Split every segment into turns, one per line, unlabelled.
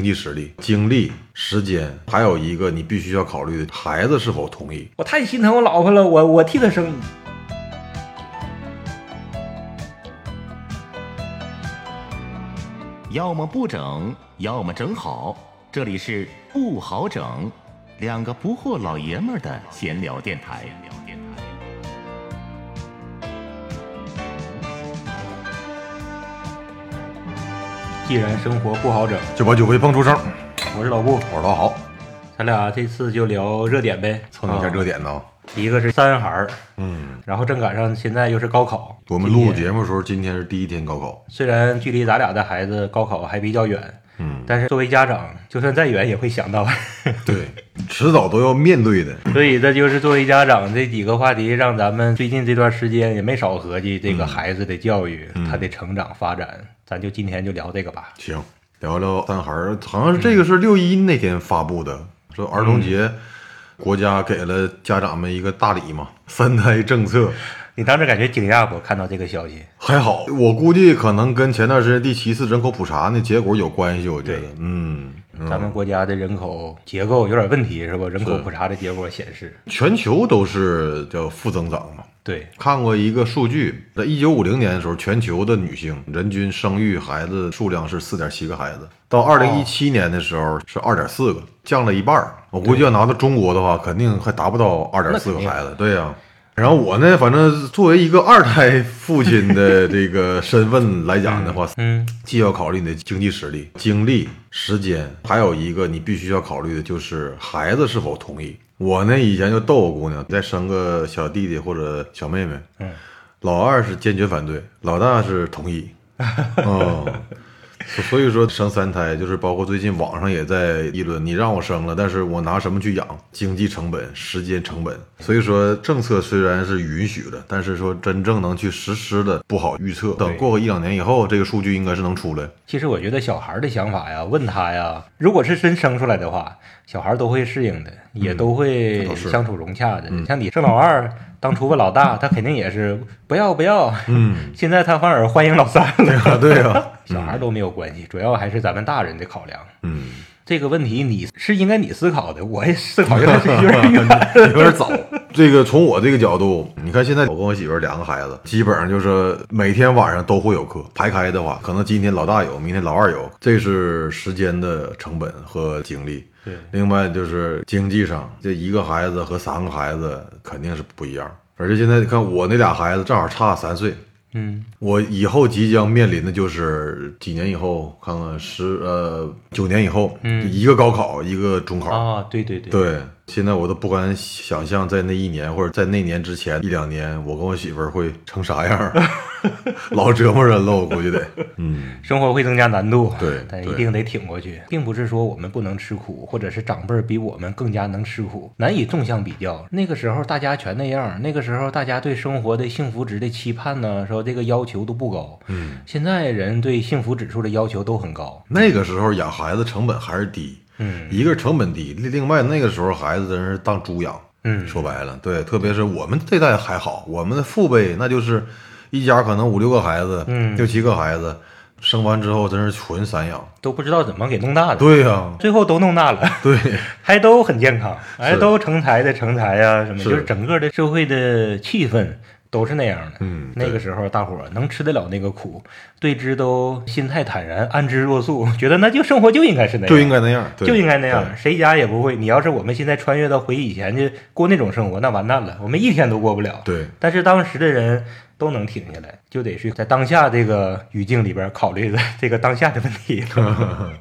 经济实力、精力、时间，还有一个你必须要考虑的，孩子是否同意。
我太心疼我老婆了，我我替她生。
要么不整，要么整好。这里是不好整，两个不惑老爷们儿的闲聊电台。
既然生活不好整，
九八九会碰出声，
我是老顾，
我是老郝，
咱俩这次就聊热点呗，
蹭一下热点呢。
一个是三孩儿，
嗯，
然后正赶上现在又是高考。
我们
今
录
年
节目的时候，今天是第一天高 考。
虽然距离咱俩的孩子高考还比较远，
嗯，
但是作为家长，就算再远也会想到。
对，迟早都要面对的。
所以这就是作为家长这几个话题，让咱们最近这段时间也没少合计这个孩子的教育、他的成长发展。咱就今天就聊这个吧。
行，聊聊三孩儿，好像是这个是六一那天发布的，说儿童节，国家给了家长们一个大礼嘛，三胎政策。
你当时感觉惊讶不？看到这个消息，
还好，我估计可能跟前段时间第七次人口普查那结果有关系，我觉得
对，
嗯，
咱们国家的人口结构有点问题，是吧？人口普查的结果显示，
全球都是叫负增长嘛。
对，
看过一个数据，在一九五零年的时候，全球的女性人均生育孩子数量是四点七个孩子，到二零一七年的时候是二点四个，降了一半儿。我估计要拿到中国的话，肯定还达不到二点四个孩子。对呀、然后我呢，反正作为一个二胎父亲的这个身份来讲的话，
嗯，
既要考虑你的经济实力、精力、时间，还有一个你必须要考虑的就是孩子是否同意。我呢，以前就逗我姑娘，再生个小弟弟或者小妹妹，
嗯，
老二是坚决反对，老大是同意，嗯。所以说生三胎就是包括最近网上也在议论，你让我生了，但是我拿什么去养？经济成本、时间成本。所以说政策虽然是允许的，但是说真正能去实施的不好预测。等过个一两年以后，这个数据应该是能出来。
其实我觉得小孩儿的想法呀，问他呀，如果是真生出来的话，小孩儿都会适应的，也都会
嗯倒是嗯
相处融洽的。像你生老二，当初问老大，他肯定也是不要不要，
嗯，
现在他反而欢迎老三
对
了。
呀、对呀、
小孩儿都没有关系，主要还是咱们大人的考量。
嗯，
这个问题你是应该你思考的，我也思考有点有点远。
有点早。这个从我这个角度，你看现在我跟我媳妇儿两个孩子，基本上就是每天晚上都会有课。排开的话，可能今天老大有，明天老二有，这是时间的成本和精力。
对
另外就是经济上，这一个孩子和三个孩子肯定是不一样。而且现在你看我那俩孩子正好差三岁，
嗯，
我以后即将面临的就是几年以后，看看十呃九年以后，
嗯
一个高考，一个中考，
啊，对对对，
对，现在我都不敢想象，在那一年或者在那年之前一两年，我跟我媳妇儿会成啥样 儿，老折磨人了，我估计得。嗯，
生活会增加难度，
对
但一
对
定得挺过去，并不是说我们不能吃苦，或者是长辈儿比我们更加能吃苦，难以纵向比较。那个时候大家全那样，那个时候大家对生活的幸福值的期盼呢，说这个要求都不高。嗯，现在人对幸福指数的要求都很高。
那个时候养孩子成本还是低，
嗯
一个是成本低，另另外那个时候孩子真是当猪养。
嗯，
说白了，对，特别是我们这代还好，我们的父辈那就是一家可能五六个孩子，
嗯
六七个孩子，生完之后真是纯散养。
都不知道怎么给弄大的，
对呀、
最后都弄大了。
对，
还都很健康，还
是
都成才的成才呀、什么
是
就是整个的社会的气氛都是那样的。
嗯
那个
对
时候大伙儿能吃得了那个苦，对之都心态坦然，安之若素， 觉得那就生活就应该是那样，
就应该那样，对
就应该那
对
样，谁家也不会。你要是我们现在穿越到回以前去过那种生活，那完蛋了，我们一天都过不了。
对，
但是当时的人都能挺下来，就得去在当下这个语境里边考虑的 这个当下的问 题。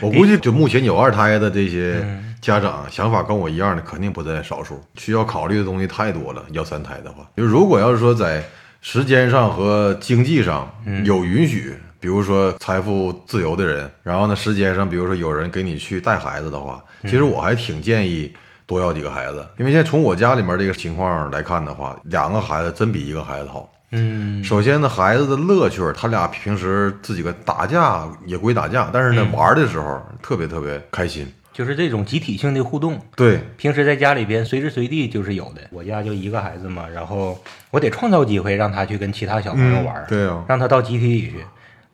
我估计就目前有二胎的这些家长想法跟我一样的，肯定不在少数，需要考虑的东西太多了。要三胎的话，就如果要是说在时间上和经济上有允许，比如说财富自由的人，然后呢时间上，比如说有人给你去带孩子的话，其实我还挺建议。多要几个孩子，因为现在从我家里面这个情况来看的话，两个孩子真比一个孩子好。
嗯，
首先呢，孩子的乐趣儿，他俩平时自己个打架也归打架，但是呢，玩儿的时候
嗯
特别特别开心。
就是这种集体性的互动。
对，
平时在家里边随时随地就是有的。我家就一个孩子嘛，然后我得创造机会让他去跟其他小朋友玩儿，
对啊，
让他到集体里去。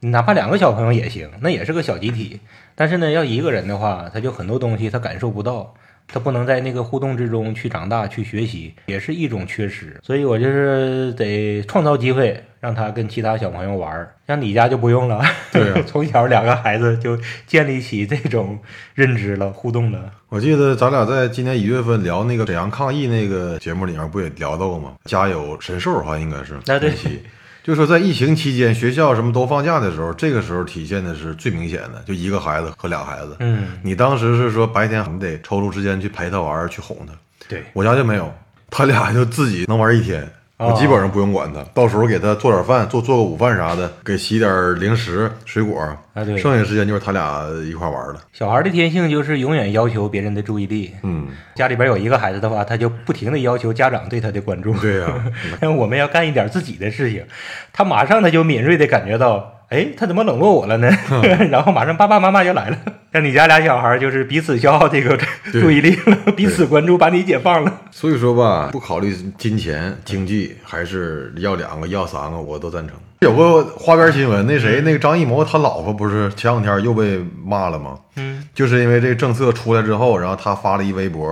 你哪怕两个小朋友也行，那也是个小集体。但是呢，要一个人的话，他就很多东西他感受不到，他不能在那个互动之中去长大、去学习，也是一种缺失。所以我就是得创造机会，让他跟其他小朋友玩儿。像你家就不用了，
对啊
从小两个孩子就建立起这种认知了、互动了。
我记得咱俩在今年一月份聊那个沈阳抗疫那个节目里面，不也聊到过吗？家有神兽好像应该是
啊对
那期，就说在疫情期间，学校什么都放假的时候，这个时候体现的是最明显的，就一个孩子和俩孩子。
嗯，
你当时是说白天你得抽出时间去陪他玩儿，去哄他。
对，
我家就没有，他俩就自己能玩一天，
哦
我基本上不用管他，到时候给他做点饭，做做个午饭啥的，给洗点零食、水果，
啊对
剩下时间就是他俩一块玩了。
小孩儿的天性就是永远要求别人的注意力。
嗯，
家里边有一个孩子的话，他就不停的要求家长对他的关注。
对呀、
但我们要干一点自己的事情，他马上他就敏锐的感觉到，哎，他怎么冷落我了呢？
嗯
然后马上爸爸妈妈就来了。像你家俩小孩就是彼此消耗这个
对
注意力了，彼此关注，把你解放了。
所以说吧，不考虑金钱、经济，还是要两个、要三个，我都赞成。有个花边新闻，那谁，那个张艺谋他老婆不是前两天又被骂了吗？
嗯，
就是因为这个政策出来之后，然后他发了一微博，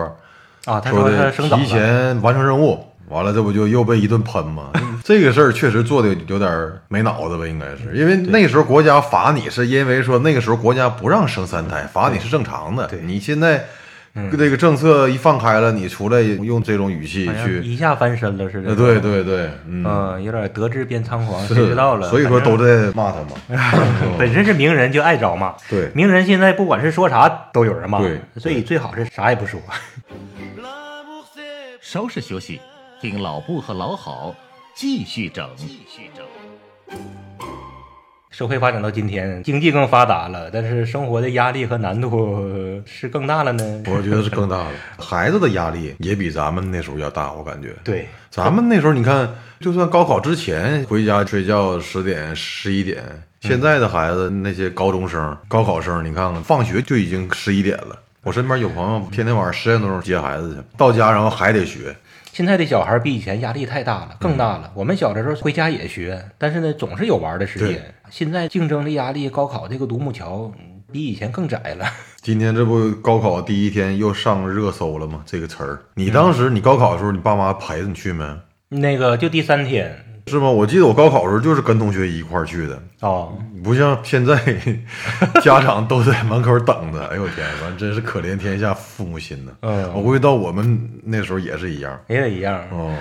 啊，他
说
说
的
他生早
提
了，
前完成任务，完了这不就又被一顿喷吗？ 这个事儿确实做的有点儿没脑子吧，应该是因为那时候国家罚你是因为说那个时候国家不让生三胎，罚你是正常的
对。嗯
你现在这个政策一放开了，你出来用这种语气
好像
去，
一下翻身了似
呃
的。
对对对，嗯，
嗯，有点得志变仓皇，
是
谁知道了？
所以说
反正
都在骂他嘛。
本身是名人就爱招骂，
对
名人现在不管是说啥都有人骂，
对
所以最好是啥也不说。
稍事休息，听老布和老好继续整。继续整。
社会发展到今天，经济更发达了，但是生活的压力和难度呃是更大了呢。
我觉得是更大了，孩子的压力也比咱们那时候要大，我感觉。
对，
咱们那时候，你看，就算高考之前回家睡觉十点、十一点，现在的孩子那些高中生、高考生，你看看，放学就已经十一点了。我身边有朋友天天晚上十点多钟接孩子去，到家然后还得学，
现在的小孩比以前压力太大了，更大了。
嗯
我们小的时候回家也学，但是呢，总是有玩的时
对
间。现在竞争的压力，高考这个独木桥嗯比以前更窄了。
今天这不高考第一天又上热搜了吗？这个词儿，你当时你高考的时候，你爸妈陪着你去没？
那个就第三天
是吗？我记得我高考的时候就是跟同学一块儿去的，
哦，
不像现在 家长都在门口等着。哎呦我天，完真是可怜天下父母心呐！
嗯
我估计到我们那时候也是一样。
也得一样。
哦，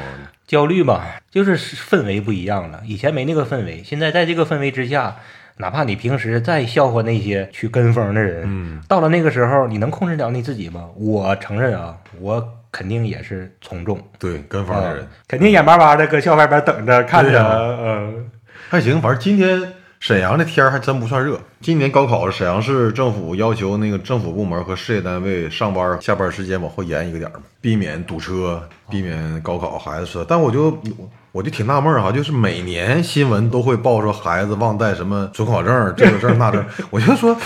焦虑嘛，就是氛围不一样了。以前没那个氛围，现在在这个氛围之下，哪怕你平时再笑话那些去跟风的人，
嗯，
到了那个时候，你能控制了你自己吗？我承认啊，我肯定也是从众，
对，跟风的人、
啊肯定眼巴巴的搁校外边等着看
对
着，
啊
嗯、
还行，反正今天沈阳的天儿还真不算热。今年高考，沈阳市政府要求那个政府部门和事业单位上班下班时间往后延一个点儿嘛，避免堵车，避免高考孩子车。但我就我就挺纳闷儿哈，就是每年新闻都会报说孩子忘带什么准考证儿、这个证儿那证儿， 我就说，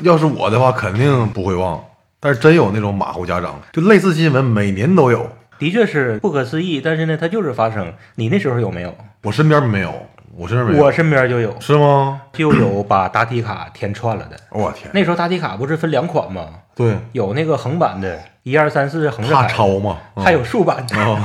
要是我的话肯定不会忘，但是真有那种马虎家长，就类似新闻每年都有。
的确是不可思议。但是呢，它就是发生。你那时候有没有？
我身边没有，我身边没有，
我身边就有，
是吗？
就有把答题卡填串了的。
我天，
那时候答题卡不是分两款吗？
对，
有那个横版的，一二三四横着
怕
排，
抄嘛，嗯
还有竖版的。
哦，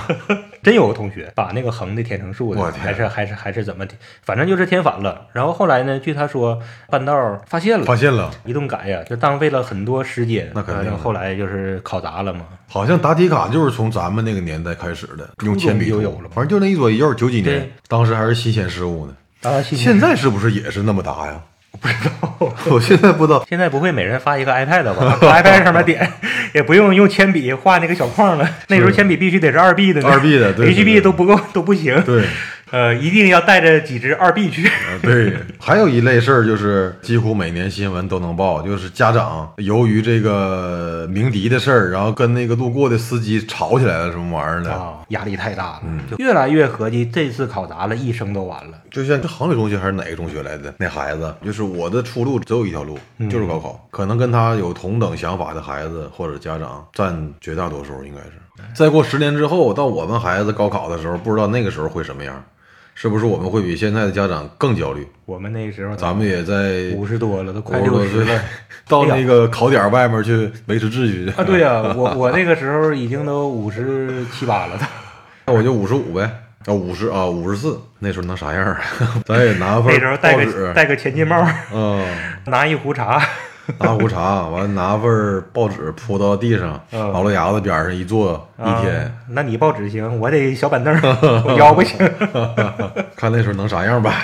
真有个同学把那个横的填成竖的，
我天
还是还是还是怎么填，反正就是填反了。然后后来呢，据他说，半道儿发现了，
发现了，
一顿改呀，就浪费了很多时间。
那肯定的
然后后来就是考砸了嘛。
好像答题卡就是从咱们那个年代开始的，用铅笔
初中就
涂
有了吗
反正就那一左一右，九几年
对，
当时还是新鲜事物呢。
啊，谢谢
现在是不是也是那么答 呀？不知 道，我现在不知道。
现在不会每人发一个 iPad 吧？搁 iPad 上面点， 也不用用铅笔画那个小框了。那时候铅笔必须得是二 B 的呢，
2B 的对对对
HB 都不够 都不行。
对，
呃，一定要带着几支二 B 去。
呃对，还有一类事儿就是几乎每年新闻都能报，就是家长由于这个鸣笛的事儿，然后跟那个路过的司机吵起来了，什么玩意儿的。
啊，压力太大了，
嗯
就越来越合计，这次考砸了，一生都完了。
就像这衡水中学还是哪个中学来的那孩子，就是我的出路只有一条路，
嗯
就是高考。可能跟他有同等想法的孩子或者家长占绝大多数，应该是。再过十年之后，到我们孩子高考的时候，不知道那个时候会什么样。是不是我们会比现在的家长更焦虑？
我们那时候
咱们也在
五十多哎嗯了，都快
50
六
多
十
岁
了
到
哎
那
呀
个考点外面去维持秩序去。
啊！对呀、我我那个时候已经都五十七八了，
那我就五十五呗，啊五十啊五十四，那时候能啥样啊？ 咱也拿份
那时候
儿
戴
报
个
纸，
戴个前进帽，
嗯，
拿一壶茶，
拿壶茶，完了拿份儿报纸铺到地上，
嗯
马路牙子边儿上一坐一 天，
啊那你报纸行，我得小板凳儿， 我腰不行。
看那时候能啥样吧？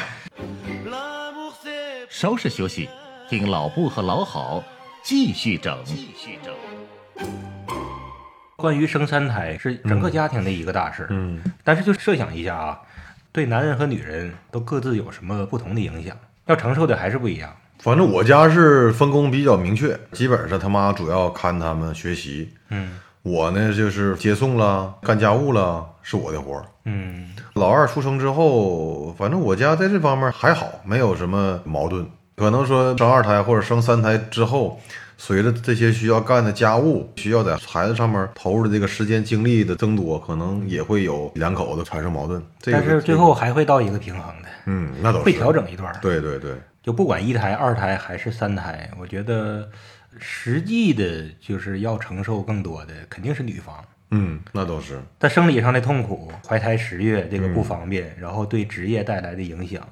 稍事休息，听老布和老郝继续整。继续整。
关于生三胎是整个家庭的一个大事儿，
嗯
但是就设想一下啊，对男人和女人都各自有什么不同的影响，要承受的还是不一样。
反正我家是分工比较明确，基本上他妈主要看他们学习，
嗯
我呢就是接送啦、干家务啦，是我的活儿。
嗯
老二出生之后，反正我家在这方面还好，没有什么矛盾。可能说生二胎或者生三胎之后，随着这些需要干的家务，需要在孩子上面投入的这个时间精力的增多，可能也会有两口子产生矛盾。这个
但是最后，还会到一个平衡的，
嗯，那都是
会调。整一段儿。
对对对，
就不管一胎、二胎还是三胎，我觉得实际的就是要承受更多的肯定是女方。
嗯，那都是。
在生理上的痛苦，怀胎十月这个不方便，然后对职业带来的影响，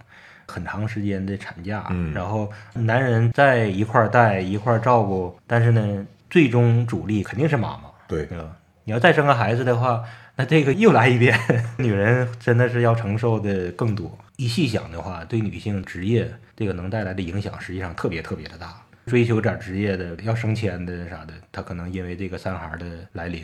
很长时间的产假，
嗯
然后男人在一块儿带一块儿照顾，但是呢，最终主力肯定是妈妈，
对
对吧？你要再生个孩子的话，那这个又来一遍， 女人真的是要承受的更多。一细想的话，对女性职业这个能带来的影响，实际上特别特别的大。追求点职业的，要升迁的啥的，她可能因为这个三孩的来临，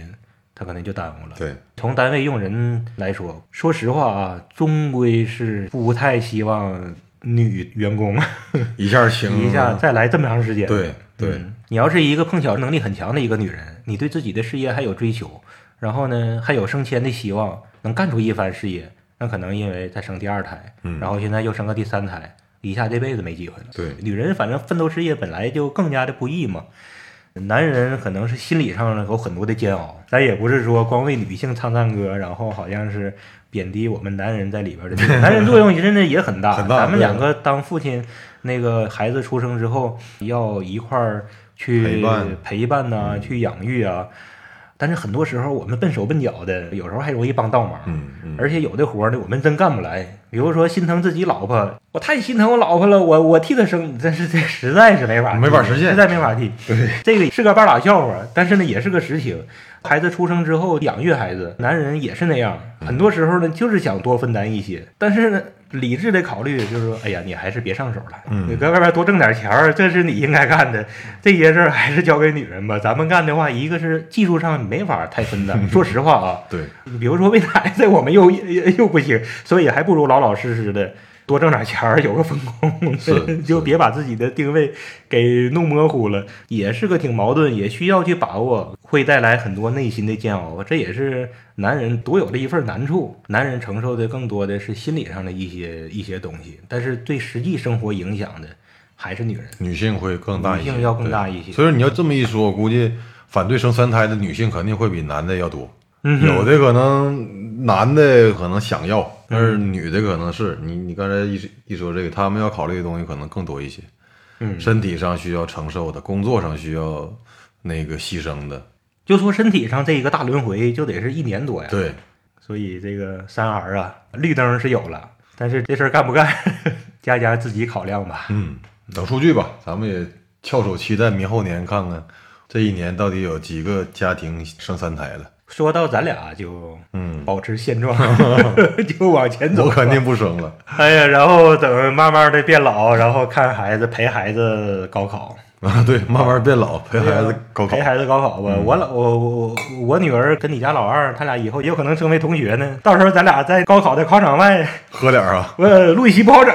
她可能就耽误了。
对，
从单位用人来说，说实话啊，终归是不太希望女员工
一下清
一下再来这么长时间。
对对
嗯你要是一个碰巧能力很强的一个女人，你对自己的事业还有追求，然后呢还有升迁的希望，能干出一番事业，那可能因为再生第二胎，
嗯
然后现在又生个第三胎，一下这辈子没机会了。
对
女人反正奋斗事业本来就更加的不易嘛。男人可能是心理上有很多的煎熬，咱也不是说光为女性唱赞歌，然后好像是贬低我们男人在里边的 地位。男人作用真的也很大，
很大
咱
对
们两个当父亲，那个孩子出生之后要一块儿去
陪伴嗯
陪伴呐、去养育啊。但是很多时候我们笨手笨脚的，有时候还容易帮倒忙。
嗯嗯，
而且有的活儿呢，我们真干不来。比如说心疼自己老婆，我太心疼我老婆了，我我替她生，但是这实在是没法替，
没法实现
实在没法替。对，这个是个半拉笑话，但是呢也是个实情。孩子出生之后养育孩子，男人也是那样，
嗯
很多时候呢就是想多分担一些，但是呢理智的考虑就是说，哎呀，你还是别上手了，
嗯
你搁外边多挣点钱儿，这是你应该干的，这些事儿还是交给女人吧。咱们干的话，一个是技术上没法太分 担，说实话啊。
对，
你比如说喂奶，这我们又又又不行，所以还不如老老实实的多挣点钱儿，有个分工，
是
就别把自己的定位给弄模糊了，也是个挺矛盾，也需要去把握，会带来很多内心的煎熬，这也是男人独有的一份难处。男人承受的更多的是心理上的一些一些东西，但是对实际生活影响的还是女人。
女性会更大一
女
些，
性要更
对
大一些
所以说你要这么一说，我估计反对生三胎的女性肯定会比男的要多。
嗯
有的可能男的可能想要，但是女的可能是你你刚才一一说这个，他们要考虑的东西可能更多一些，
嗯，
身体上需要承受的，工作上需要那个牺牲的，
就说身体上这一个大轮回，就得是一年哎多呀。
对，
所以这个三 R 啊，绿灯是有了，但是这事儿干不干，家家自己考量吧。
嗯，等数据吧，咱们也翘首期待明后年看看这一年到底有几个家庭生三胎了，
说到咱俩就
嗯，
保持 现状，就往前走。
我肯定不生了，
哎呀，然后等慢慢的变老，然后看孩子陪孩子高考，
啊，对，慢慢变老，陪孩子高考嗯
啊陪，孩子高考吧。我老我我我女儿跟你家老二，他俩以后也有可能成为同学呢。到时候咱俩在高考的考场外，
喝点儿 啊，
我录一期不好整，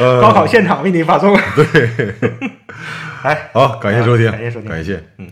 呃
高考现场为你发送。
对，
哎，
好，感谢收听，
啊感谢收听
感谢，
嗯。